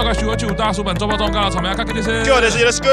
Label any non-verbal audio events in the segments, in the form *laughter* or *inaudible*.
快许我祝大叔们周末周更好，草莓啊，开开电视， Q 的是 Let's Go，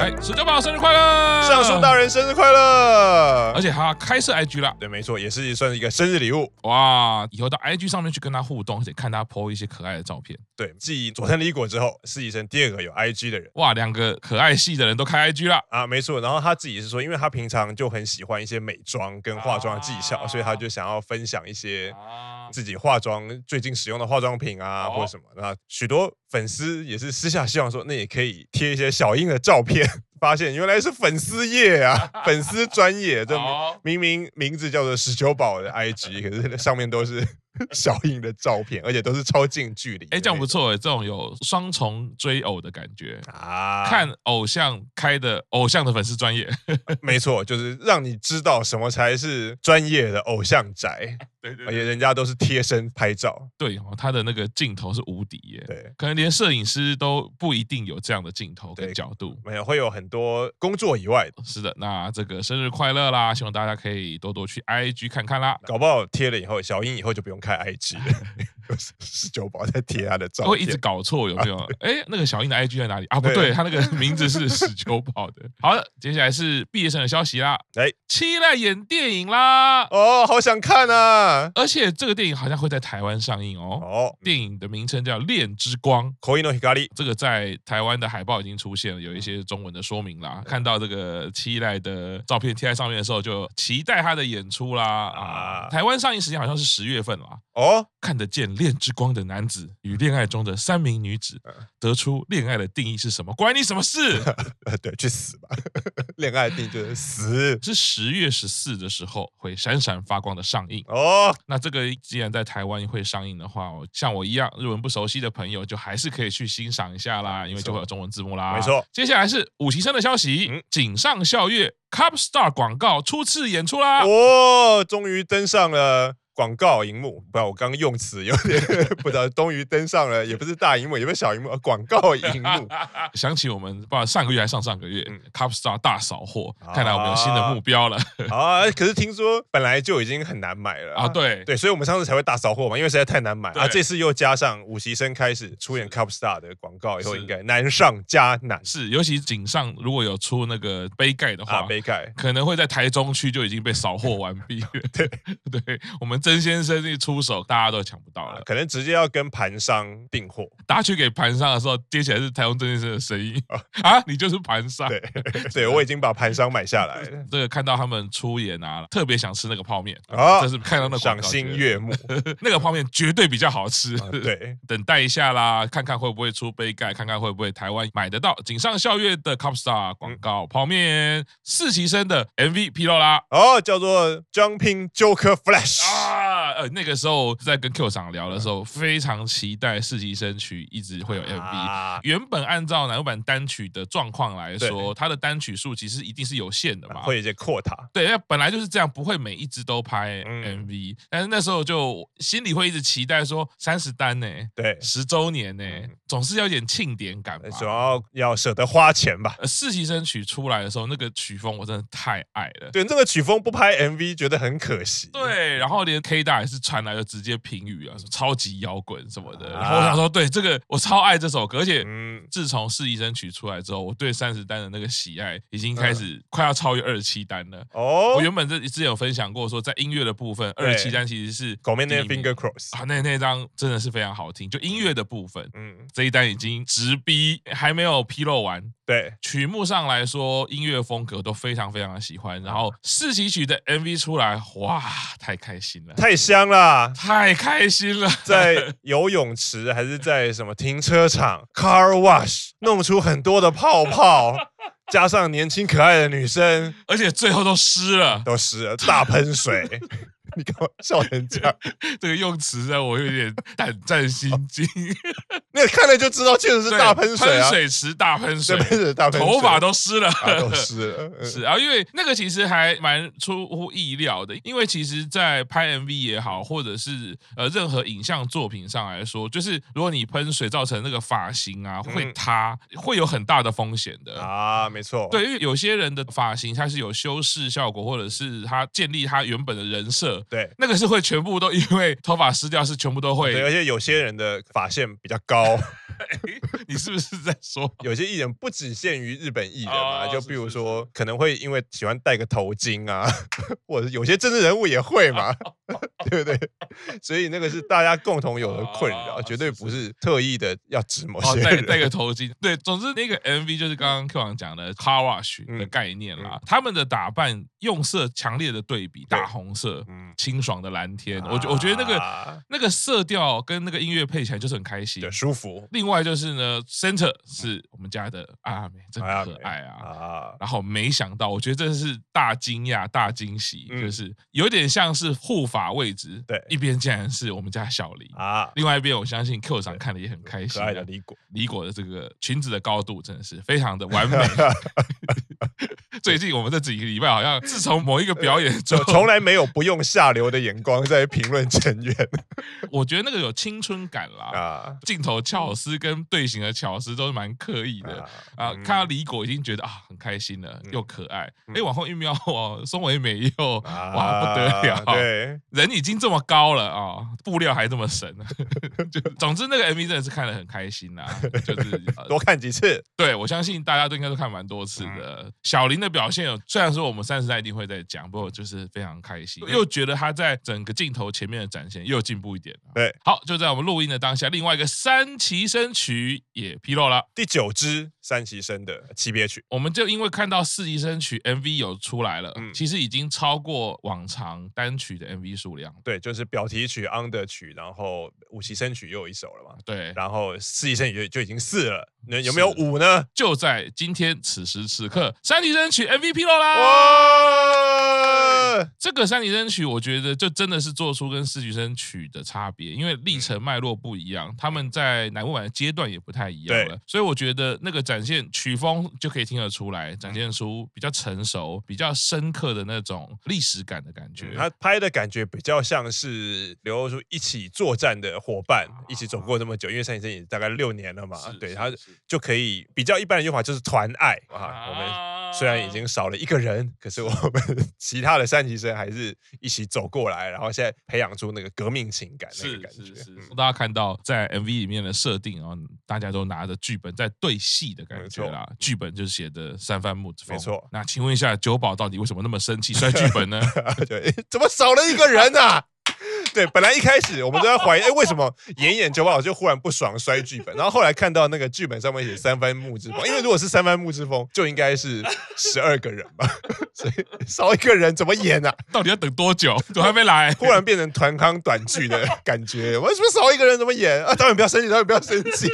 哎，史九宝生日快乐，上树大人生日快乐而！且他开设 IG 了，对，没错，也是算是一个生日礼物。哇，以后到 IG 上面去跟他互动，而且看他 po 一些可爱的照片，对，继佐藤李果之后，是医生第二个有 IG 的人哇，两个可爱系的人都开 IG 了，啊，没错。然后他自己是说，因为他平常就很喜欢一些美妆跟化妆的技巧，啊所以他就想要分享一些啊，自己化妆最近使用的化妆品啊，哦或者什么。那许多粉丝也是私下希望说，那也可以贴一些小英的照片。发现原来是粉丝页 *laughs* 啊，粉丝专业，这好明明名字叫做十九宝的 *laughs* IG，可是上面都是 *laughs* 小英的照片，而且都是超近距离的那种。哎，这样不错哎，这种有双重追偶的感觉。啊！ *laughs* 看偶像开的偶像的粉丝专业， *laughs* 没错，就是让你知道什么才是专业的偶像宅，对对而且人家都是贴身拍照，对哦，他的那个镜头是无敌耶，对，可能连摄影师都不一定有这样的镜头跟对角度。没有会有很多工作以外的，是的，那这个生日快乐啦！希望大家可以多多去 IG 看看啦，搞不好贴了以后，小英以后就不用开 *laughs* IG 了，十九宝在贴他的照会一直片。搞错有没有？哎，那个小英的 IG 在哪里啊？不对，对他那个名字是史九宝的。好的，接下来是毕业生的消息啦，哎，期待演电影啦，哦，好想看啊！而且这个电影好像会在台湾上映哦。哦，电影的名称叫《恋之光》，口音の光这个在台湾的海报已经出现了，有一些中文的说明啦。看到这个期待的照片贴在上面的时候，就期待他的演出啦。啊，啊台湾上映时间好像是十月份啦。哦，看得见恋之光的男子与恋爱中的三名女子，嗯得出恋爱的定义是什么？关你什么事？ *laughs* 呃，对，去死吧！ *laughs* 恋爱定就是死是十月十四的时候会闪闪发光的上映。哦，那这个既然在台湾会上映的话，我像我一样日文不熟悉的朋友，就还是可以去欣赏一下啦，因为就会有中文字幕啦。没错。接下来是五崎生的消息嗯，井上孝月 Cup Star 广告初次演出 *laughs* 啦。哦，终于登上了。广告荧幕，不然我刚刚用词有点不知道，终于登上了，也不是大荧幕，也不是小荧幕，呃广告 *laughs* 荧幕想起我们不知道上个月还上上个月、嗯 Cup Star 大扫货，啊看来我们有新的目标了啊！可是听说本来就已经很难买了啊！对对，所以我们上次才会大扫货嘛，因为实在太难买对啊。这次又加上武习生开始出演 Cup Star 的广告以后，是应该难上加难是，尤其井上如果有出那个杯盖的话，啊！杯盖可能会在台中区就已经被扫货完 *laughs* 毕了。对， *laughs* 对我们曾先生一出手，大家都抢不到啊了。可能直接要跟盘商订货。打去给盘商的时候，接起来是台中曾先生的声 *laughs* 音 *laughs* 啊，你就是盘商。哦 *laughs* 对，对我已经把盘商买下来了。这个看到他们出演啊，特别想吃那个泡面，啊这是看 *laughs* 到那广赏告心觉得悦目，那个泡面绝对比较好吃。啊对， *laughs* 等待一下啦，看看会不会出杯盖，看看会不会台湾买得到井上孝月的 Cupstar 广嗯告泡面，四期生的 MV 披露啦。哦，叫做 Jumping Joker Flash，啊，呃，那个时候在跟 Q 厂聊的时候，非常期待实习生曲一直会有 MV。嗯啊原本按照南木版单曲的状况来说，对它的单曲数其实一定是有限的嘛。会有一些扩塔，对，那本来就是这样，不会每一支都拍嗯 MV，、但是那时候就心里会一直期待说三十单呢、对，十周年呢、嗯总是要有点庆典感吧。主要要舍得花钱吧。呃，实习生曲出来的时候，那个曲风我真的太爱了。对，这个曲风不拍 MV 觉得很可惜。对，然后连 K 大也是传来了直接评语啊，说超级摇滚什么的。啊然后我想说，对这个我超爱这首歌，而且嗯，自从《是医生曲》出来之后，我对三十单的那个喜爱已经开始快要超越二十七单了。嗯哦我，原本这之前有分享过，说在音乐的部分，二对十七单其实是狗面第一那名 Finger Cross，啊，那那张真的是非常好听，就音乐的部分。嗯，这一单已经直逼，还没有披露完，对，曲目上来说，音乐风格都非常非常的喜欢。然后四期曲的 MV 出来，哇，太开心了，太香啦！太开心了！在游泳池还是在什么停车场 car wash 弄出很多的泡泡，加上年轻可爱的女生而且最后都湿了，都湿了，大喷水。你干嘛笑成这样？这个用词让我有点胆战心惊。那看 *laughs* 了就知道，确实是对大喷水喷！啊水池大喷水这，边是大喷水，头发都湿了。 *laughs* 啊都湿了。嗯是啊，因为那个其实还蛮出乎意料的，因为其实，在拍 MV 也好，或者是呃任何影像作品上来说，就是如果你喷水造成那个发型啊会嗯塌，会有很大的风险的。啊，没错。对，因为有些人的发型它是有修饰效果，或者是他建立他原本的人设，对那个是会全部都因为头发湿掉，是全部都对，而会且有些人的发线比较高， *laughs* 你是不是在说？ *laughs* 有些艺人不只限于日本艺人嘛，哦就是比如是是说可能会因为喜欢戴个头巾啊， *laughs* 或者是有些政治人物也会 *laughs* 嘛，对不对？所以那个是大家共同有的困扰，哦绝对是不是特意的要指某哦，些戴人。戴个头巾，对，总之那个 MV 就是刚刚 Q 王讲的 car wash 的嗯概念啦。他们的打扮用色强烈的对比，大红色，嗯，清爽的蓝天，我觉我觉得那个啊那个色调跟那个音乐配起来就是很开心对。舒服另外就是呢，Center 是我们家的阿美，真阿美可爱啊。啊，然后没想到，我觉得这是大惊讶、大惊喜，嗯就是有点像是护法位置，对一边竟然是我们家小黎，啊，另外一边我相信 Q 长看的也很开可心啊。爱的李果，李果的这个裙子的高度真的是非常的 *laughs* 完美。最近我们这几个礼拜好像，自从某一个表演之就后， *laughs* 从来没呃有不用下流的眼光在评论成员我觉得那个有青春感啦。啊镜头巧思跟队形的巧思都是蛮刻意的啊，嗯看到李果已经觉得啊很开心了，嗯又可爱。嗯哎，往后一瞄，哇，松尾美又啊哇不得了，对，人已经这么高了啊，布料还这么神，啊 *laughs* 就总之那个 MV 真的是看得很开心啦， *laughs* 就是呃多看几次，对，我相信大家都应该都看蛮多次嗯的。小林的表现有，虽然说我们三十代一定会再讲，不过我就是非常开心，又觉得他在整个镜头前面的展现又进步一点了。对，好，就在我们录音的当下，另外一个三旗升曲也披露了。第九支三崎生的级别曲，我们就因为看到四级升曲 MV 有出来了，嗯其实已经超过往常单曲的 MV 数量了。对，就是表题曲、on 的曲，然后五旗生曲又有一首了嘛，对，然后四旗生曲就就已经四了，那有没有是五呢？就在今天此时此刻，三级升曲 MV 披露啦！哇！这个三级升曲，我觉得就真的是做出跟四级升曲的差别，因为历嗯程脉络不一样，他们在乃木坂的阶段也不太一样了，所以我觉得那个展现曲风就可以听得出来，展嗯现出比较成熟、比较深刻的那种历史感的感觉。嗯他拍的感觉比较像是流出一起作战的伙伴，一起走过这么久，因为三崎生也大概六年了嘛啊是，啊对是他是就可以比较一般的用法就是团爱啊，我们。虽然已经少了一个人，可是我们其他的三级生还是一起走过来，然后现在培养出那个革命情感那个是感是觉。是，嗯大家看到在 MV 里面的设定，然后大家都拿着剧本在对戏的感觉啦。剧本就是写的三番木之风，嗯没错。那请问一下，九保到底为什么那么生气摔剧本呢？嗯 *laughs* 对，怎么少了一个人啊？ *laughs* 对，本来一开始我们都在怀疑，哎，为什么演演九把老就忽然不爽摔剧本？然后后来看到那个剧本上面写三番木之风， *laughs* 因为如果是三番木之风，就应该是十二个人吧， *laughs* 所以少一个人怎么演啊？到底要等多久？怎么还没来？忽然变成团康短剧的感觉，为什么少一个人怎么演啊？导演不要生气，导演不要生气。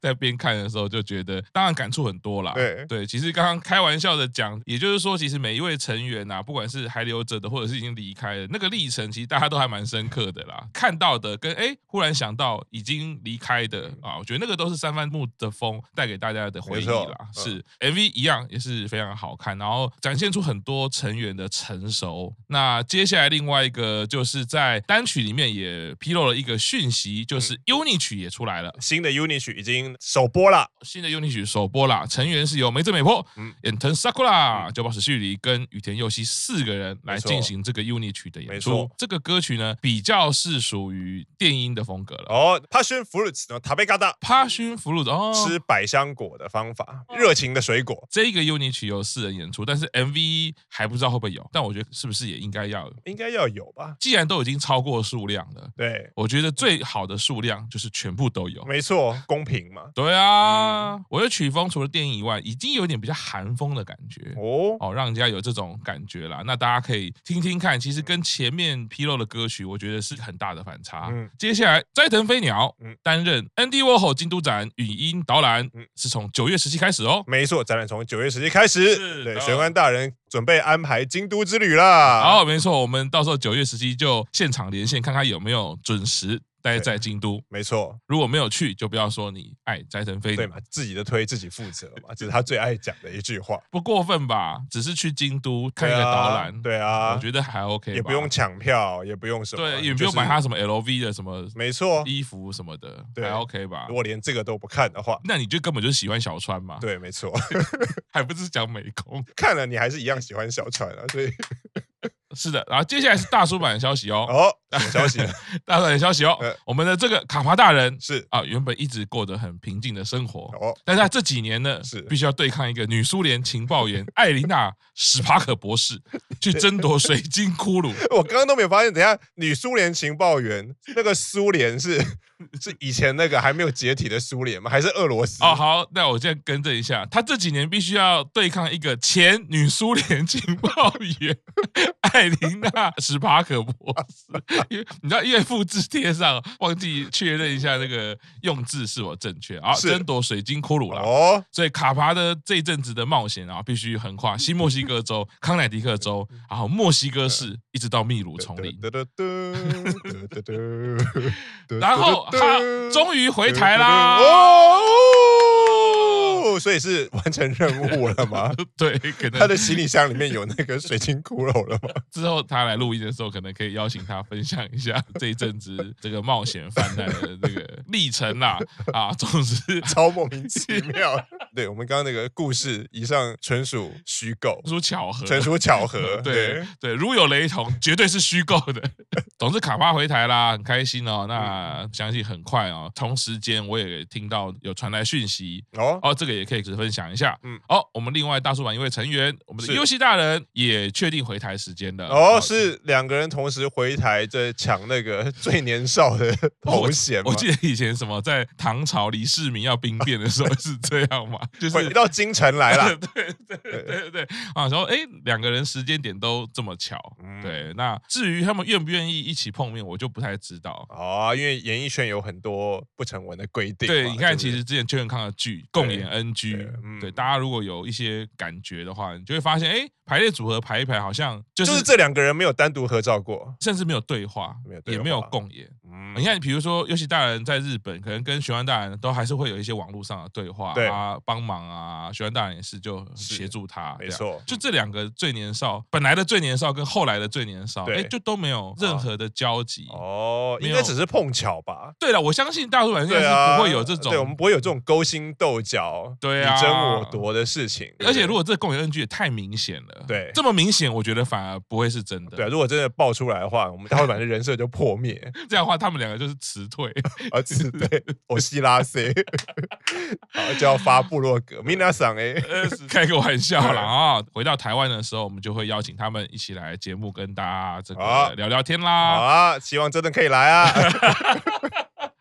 在边看的时候就觉得，当然感触很多啦。对对，其实刚刚开玩笑的讲，也就是说，其实每一位成员啊，不管是还留着的，或者是已经离开的，那个历程，其实大家都还蛮深刻的啦。看到的跟哎，忽然想到已经离开的啊，我觉得那个都是三番木的风带给大家的回忆啦。嗯没错嗯是 MV 一样也是非常好看，然后展现出很多成员的成熟。那接下来另外一个就是在单曲里面也披露了一个讯息，就是嗯 UNI 曲也出来了。 *laughs* 新的 UNI 曲已经首播了，新的 UNI 曲首播啦，成员是由梅泽美波、嗯演藤 Sakura、久保史绪里跟羽田佑希四个人来进行这个 UNI 曲的演没出错。这个歌曲呢，比较是属于电音的风格了。哦，Passion Fruits，然后塔贝嘎达。 Passion Fruit 哦，吃百香果的方法，热情的水果，这个 UNI 曲由四人演出，但是 MV 还不知道会不会有，但我觉得是不是也应该要有？应该要有吧？既然都已经超过数量了，对，我觉得最好的数量就是全部都有。没嗯错，公平嘛。对啊，我的曲风除了电影以外，已经有点比较韩风的感觉。哦，哦，让人家有这种感觉啦。那大家可以听听看，其实跟前面披露的歌曲，我觉得是很大的反差。嗯接下来，斋藤飞鸟嗯担任 Andy Warhol 京都展语音导览嗯，是从九月十七开始哦。没错，展览从九月十七开是哦始，的对，玄关大人准备安排京都之旅啦。好，没错，我们到时候九月十七就现场连线，看看有没有准时待在京都。没错，如果没有去，就不要说你爱斋藤飞对鸟嘛，，自己的推自己负责嘛，这是他最爱讲的一句话。不过分吧？只是去京都看一对个啊导览，对啊，我觉得还 OK，也吧不用抢票，也不用什么，对，也不用就是买他。什么 LV 的什么没错，衣服什么的，对还 OK 吧如？果连这个都不看的话，那你就根本就喜欢小川嘛？，对，没错， *laughs* 还不是讲美工？ *laughs* 看了你还是一样喜欢小川啊，所以是的，然后接下来是大叔版的消息哦，哦，什么消息呢大叔版的消息哦呃，我们的这个卡帕大人是啊，原本一直过得很平静的生活，哦， *laughs* 但是他这几年呢，是必须要对抗一个女苏联情报员艾琳娜·史帕克博士，去争夺水晶骷髅。我刚刚都没有发现，等一下女苏联情报员那个苏联是是以前那个还没有解体的苏联吗？还是俄罗斯？哦，好，那我现在更正一下，他这几年必须要对抗一个前女苏联情报员艾琳娜·史帕克博士，因为你知道，因为复制贴上，忘记确认一下那个用字是否正确啊，是争夺水晶骷髅啦。哦，所以卡帕的这一阵子的冒险啊，必须横跨新墨西哥州、康乃狄克州，然后墨西哥市，一直到秘鲁丛林。哒哒哒哒哒哒 *laughs* 然后哒哒他哒终于回台啦。哦，所以是完成任务了吗？对，可 *laughs* 他能的行李箱里面有那个水晶骷髅 *laughs* 了吗？之后他来录音的时候，可能可以邀请他分享一下 *laughs* 这一阵子这个冒险犯难的这个历程 *laughs* 啦。啊，总之，超莫名其 *laughs* 妙。对我们刚刚那个故事，以上纯属虚 *laughs* 构，如巧合，纯属巧合。对对，对，如有雷同，绝对是虚构 *laughs* 的。总之，卡巴回台啦，很开心嗯哦。那相信很快哦，同时间我也听到有传来讯息。哦，哦，这个也可以只分享一下。嗯嗯，哦，我们另外大叔版一位成员，我们的是优西大人也确定回台时间了。哦，是两个人同时回台在抢那个最年少的头衔吗我？记得以前什么在唐朝李世民要兵变的时候是这样 *laughs* 嘛，就是回到京城来 *laughs* 了。对对对对对啊，然后哎，两个人时间点都这么巧，嗯对。那至于他们愿不愿意一起碰面，我就不太知道。哦，因为演艺圈有很多不成文的规定嘛。对，你不看，其实之前邱元康的剧《共演 NG 对》，嗯对大家如果有一些感觉的话，你就会发现，哎，排列组合排一排，好像就就是是这两个人没有单独合照过。甚至没有对话没有，对也没有话共演。嗯你，看，比如说，尤其大人在日本，可能跟玄幻大人都还是会有一些网络上的对话对啊，帮忙啊。玄幻大人也是就是协助他，没这样。错，啊就这两个最年少，本来的最年少跟后来的最年少，对啊哎，就都没有任何的交集。哦，没应有该只是碰巧吧。对了，我相信大陆版应该对是啊，不会有这种对我们不会有这种勾心斗角、对你争啊我夺的事情。而且如果这共演恩剧也太明显了，对这么明显，我觉得反而不会是真的。对啊，如果真的爆出来的话，我们大会版的人设就破灭，这样的话，他们两个就是辞退。而是 *laughs* 对我希拉塞， *laughs* 然后就要发部落格 mina 桑哎，呃，开个玩笑啦啊！回到台湾的时候，我们就会邀请他们一起来节目跟大家这好个聊聊天好啦。啊，希望真的可以 *laughs* 来啊！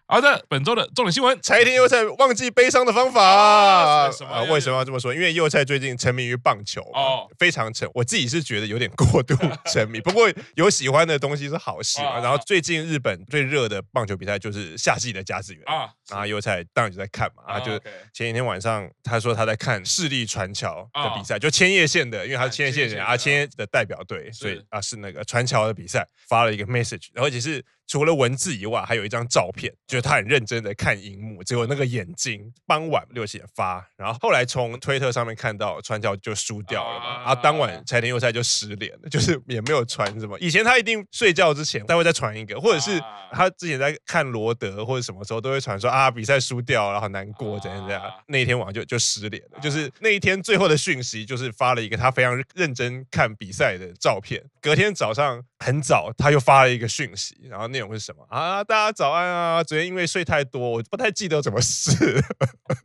好的，本周的重点新闻，柴田佑菜忘记悲伤的方法啊啊是什么啊为什么要这么说？因为佑菜最近沉迷于棒球哦哦，非常沉，我自己是觉得有点 *laughs* 过度沉迷。不过有喜欢的东西是好事啊嘛。然后最近日本最热的棒球比赛就是夏季的甲子园啊啊，然后佑菜当然就在看嘛，啊就 OK 前几天晚上，他说他在看市立传桥的啊比赛，就千叶县的，因为他是千叶县人啊啊，千叶的代表队，所以是啊是那个传桥的比赛，发了一个 message，然后而且是除了文字以外，还有一张照片，就是他很认真的看荧幕，结果那个眼睛傍晚六七点发，然后后来从推特上面看到传桥就输掉了嘛啊，然后当晚柴田佑菜就失联了，就是也没有传什么，以前他一定睡觉之前他会再传一个，或者是啊他之前在看罗德或者什么时候都会传说啊比赛输掉了，然后很难过怎样怎样啊，那一天晚上就就失联了啊，就是那一天最后的讯息就是发了一个他非常认真看比赛的照片，隔天早上很早他又发了一个讯息，然后内容是什么啊？大家早安啊！昨天因为睡太多，我不太记得怎么事，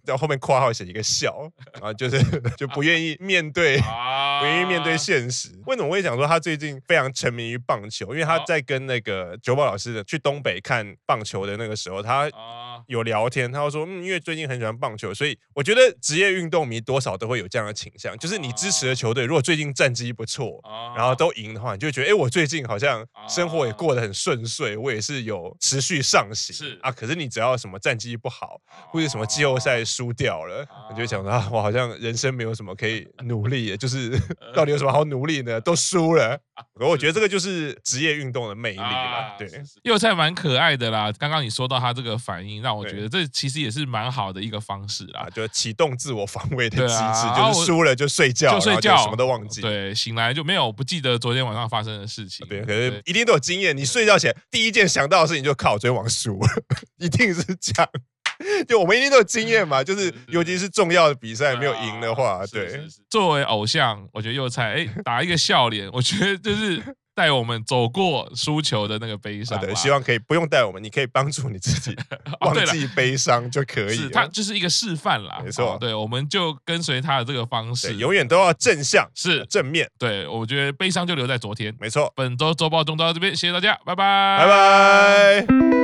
然后后面括号写一个笑，然后就是 *laughs* 就不愿意面对。啊不愿意面对现实。为什么会讲说他最近非常沉迷于棒球？因为他好在跟那个九宝老师的去东北看棒球的那个时候，他啊，有聊天，他就说，嗯，因为最近很喜欢棒球，所以我觉得职业运动迷多少都会有这样的倾向，就是你支持的球队如果最近战绩不错。啊然后都赢的话，你就会觉得，哎，我最近好像生活也过得很顺遂，我也是有持续上行，是哦啊。可是你只要什么战绩不好，或者什么季后赛输掉了啊，你就会想到啊，我好像人生没有什么可以努力的，就是到底有什么好努力呢？都输了。可我觉得这个就是职业运动的魅力啊啦，对，幼菜蛮可爱的啦。刚刚你说到他这个反应，让我对觉得这其实也是蛮好的一个方式啦啊，。就启动自我防卫的对机制，啊就是输了就睡觉，就睡然后觉，什么都忘记。对，醒来就没有不记得昨天晚上发生的事情。对，可是一定都有经验。你睡觉前第一件想到的事情就靠我昨天晚上输了， *laughs* 一定是这样。就我们一定都有经验嘛，就是是是尤其是重要的比赛没有赢的话啊，对，是是是作为偶像，我觉得幼菜哎打一个笑脸，我觉得就是带我们走过输球的那个悲伤好啦。啊的，希望可以不用带我们，你可以帮助你自己 *laughs* 哦对了忘记悲伤就可以是他了。就是一个示范啦，没错哦对，我们就跟随他的这个方对，式，永远都要正向、是正面，对，我觉得悲伤就留在昨天。没错。本周周报中到这边，谢谢大家，拜拜，拜。拜。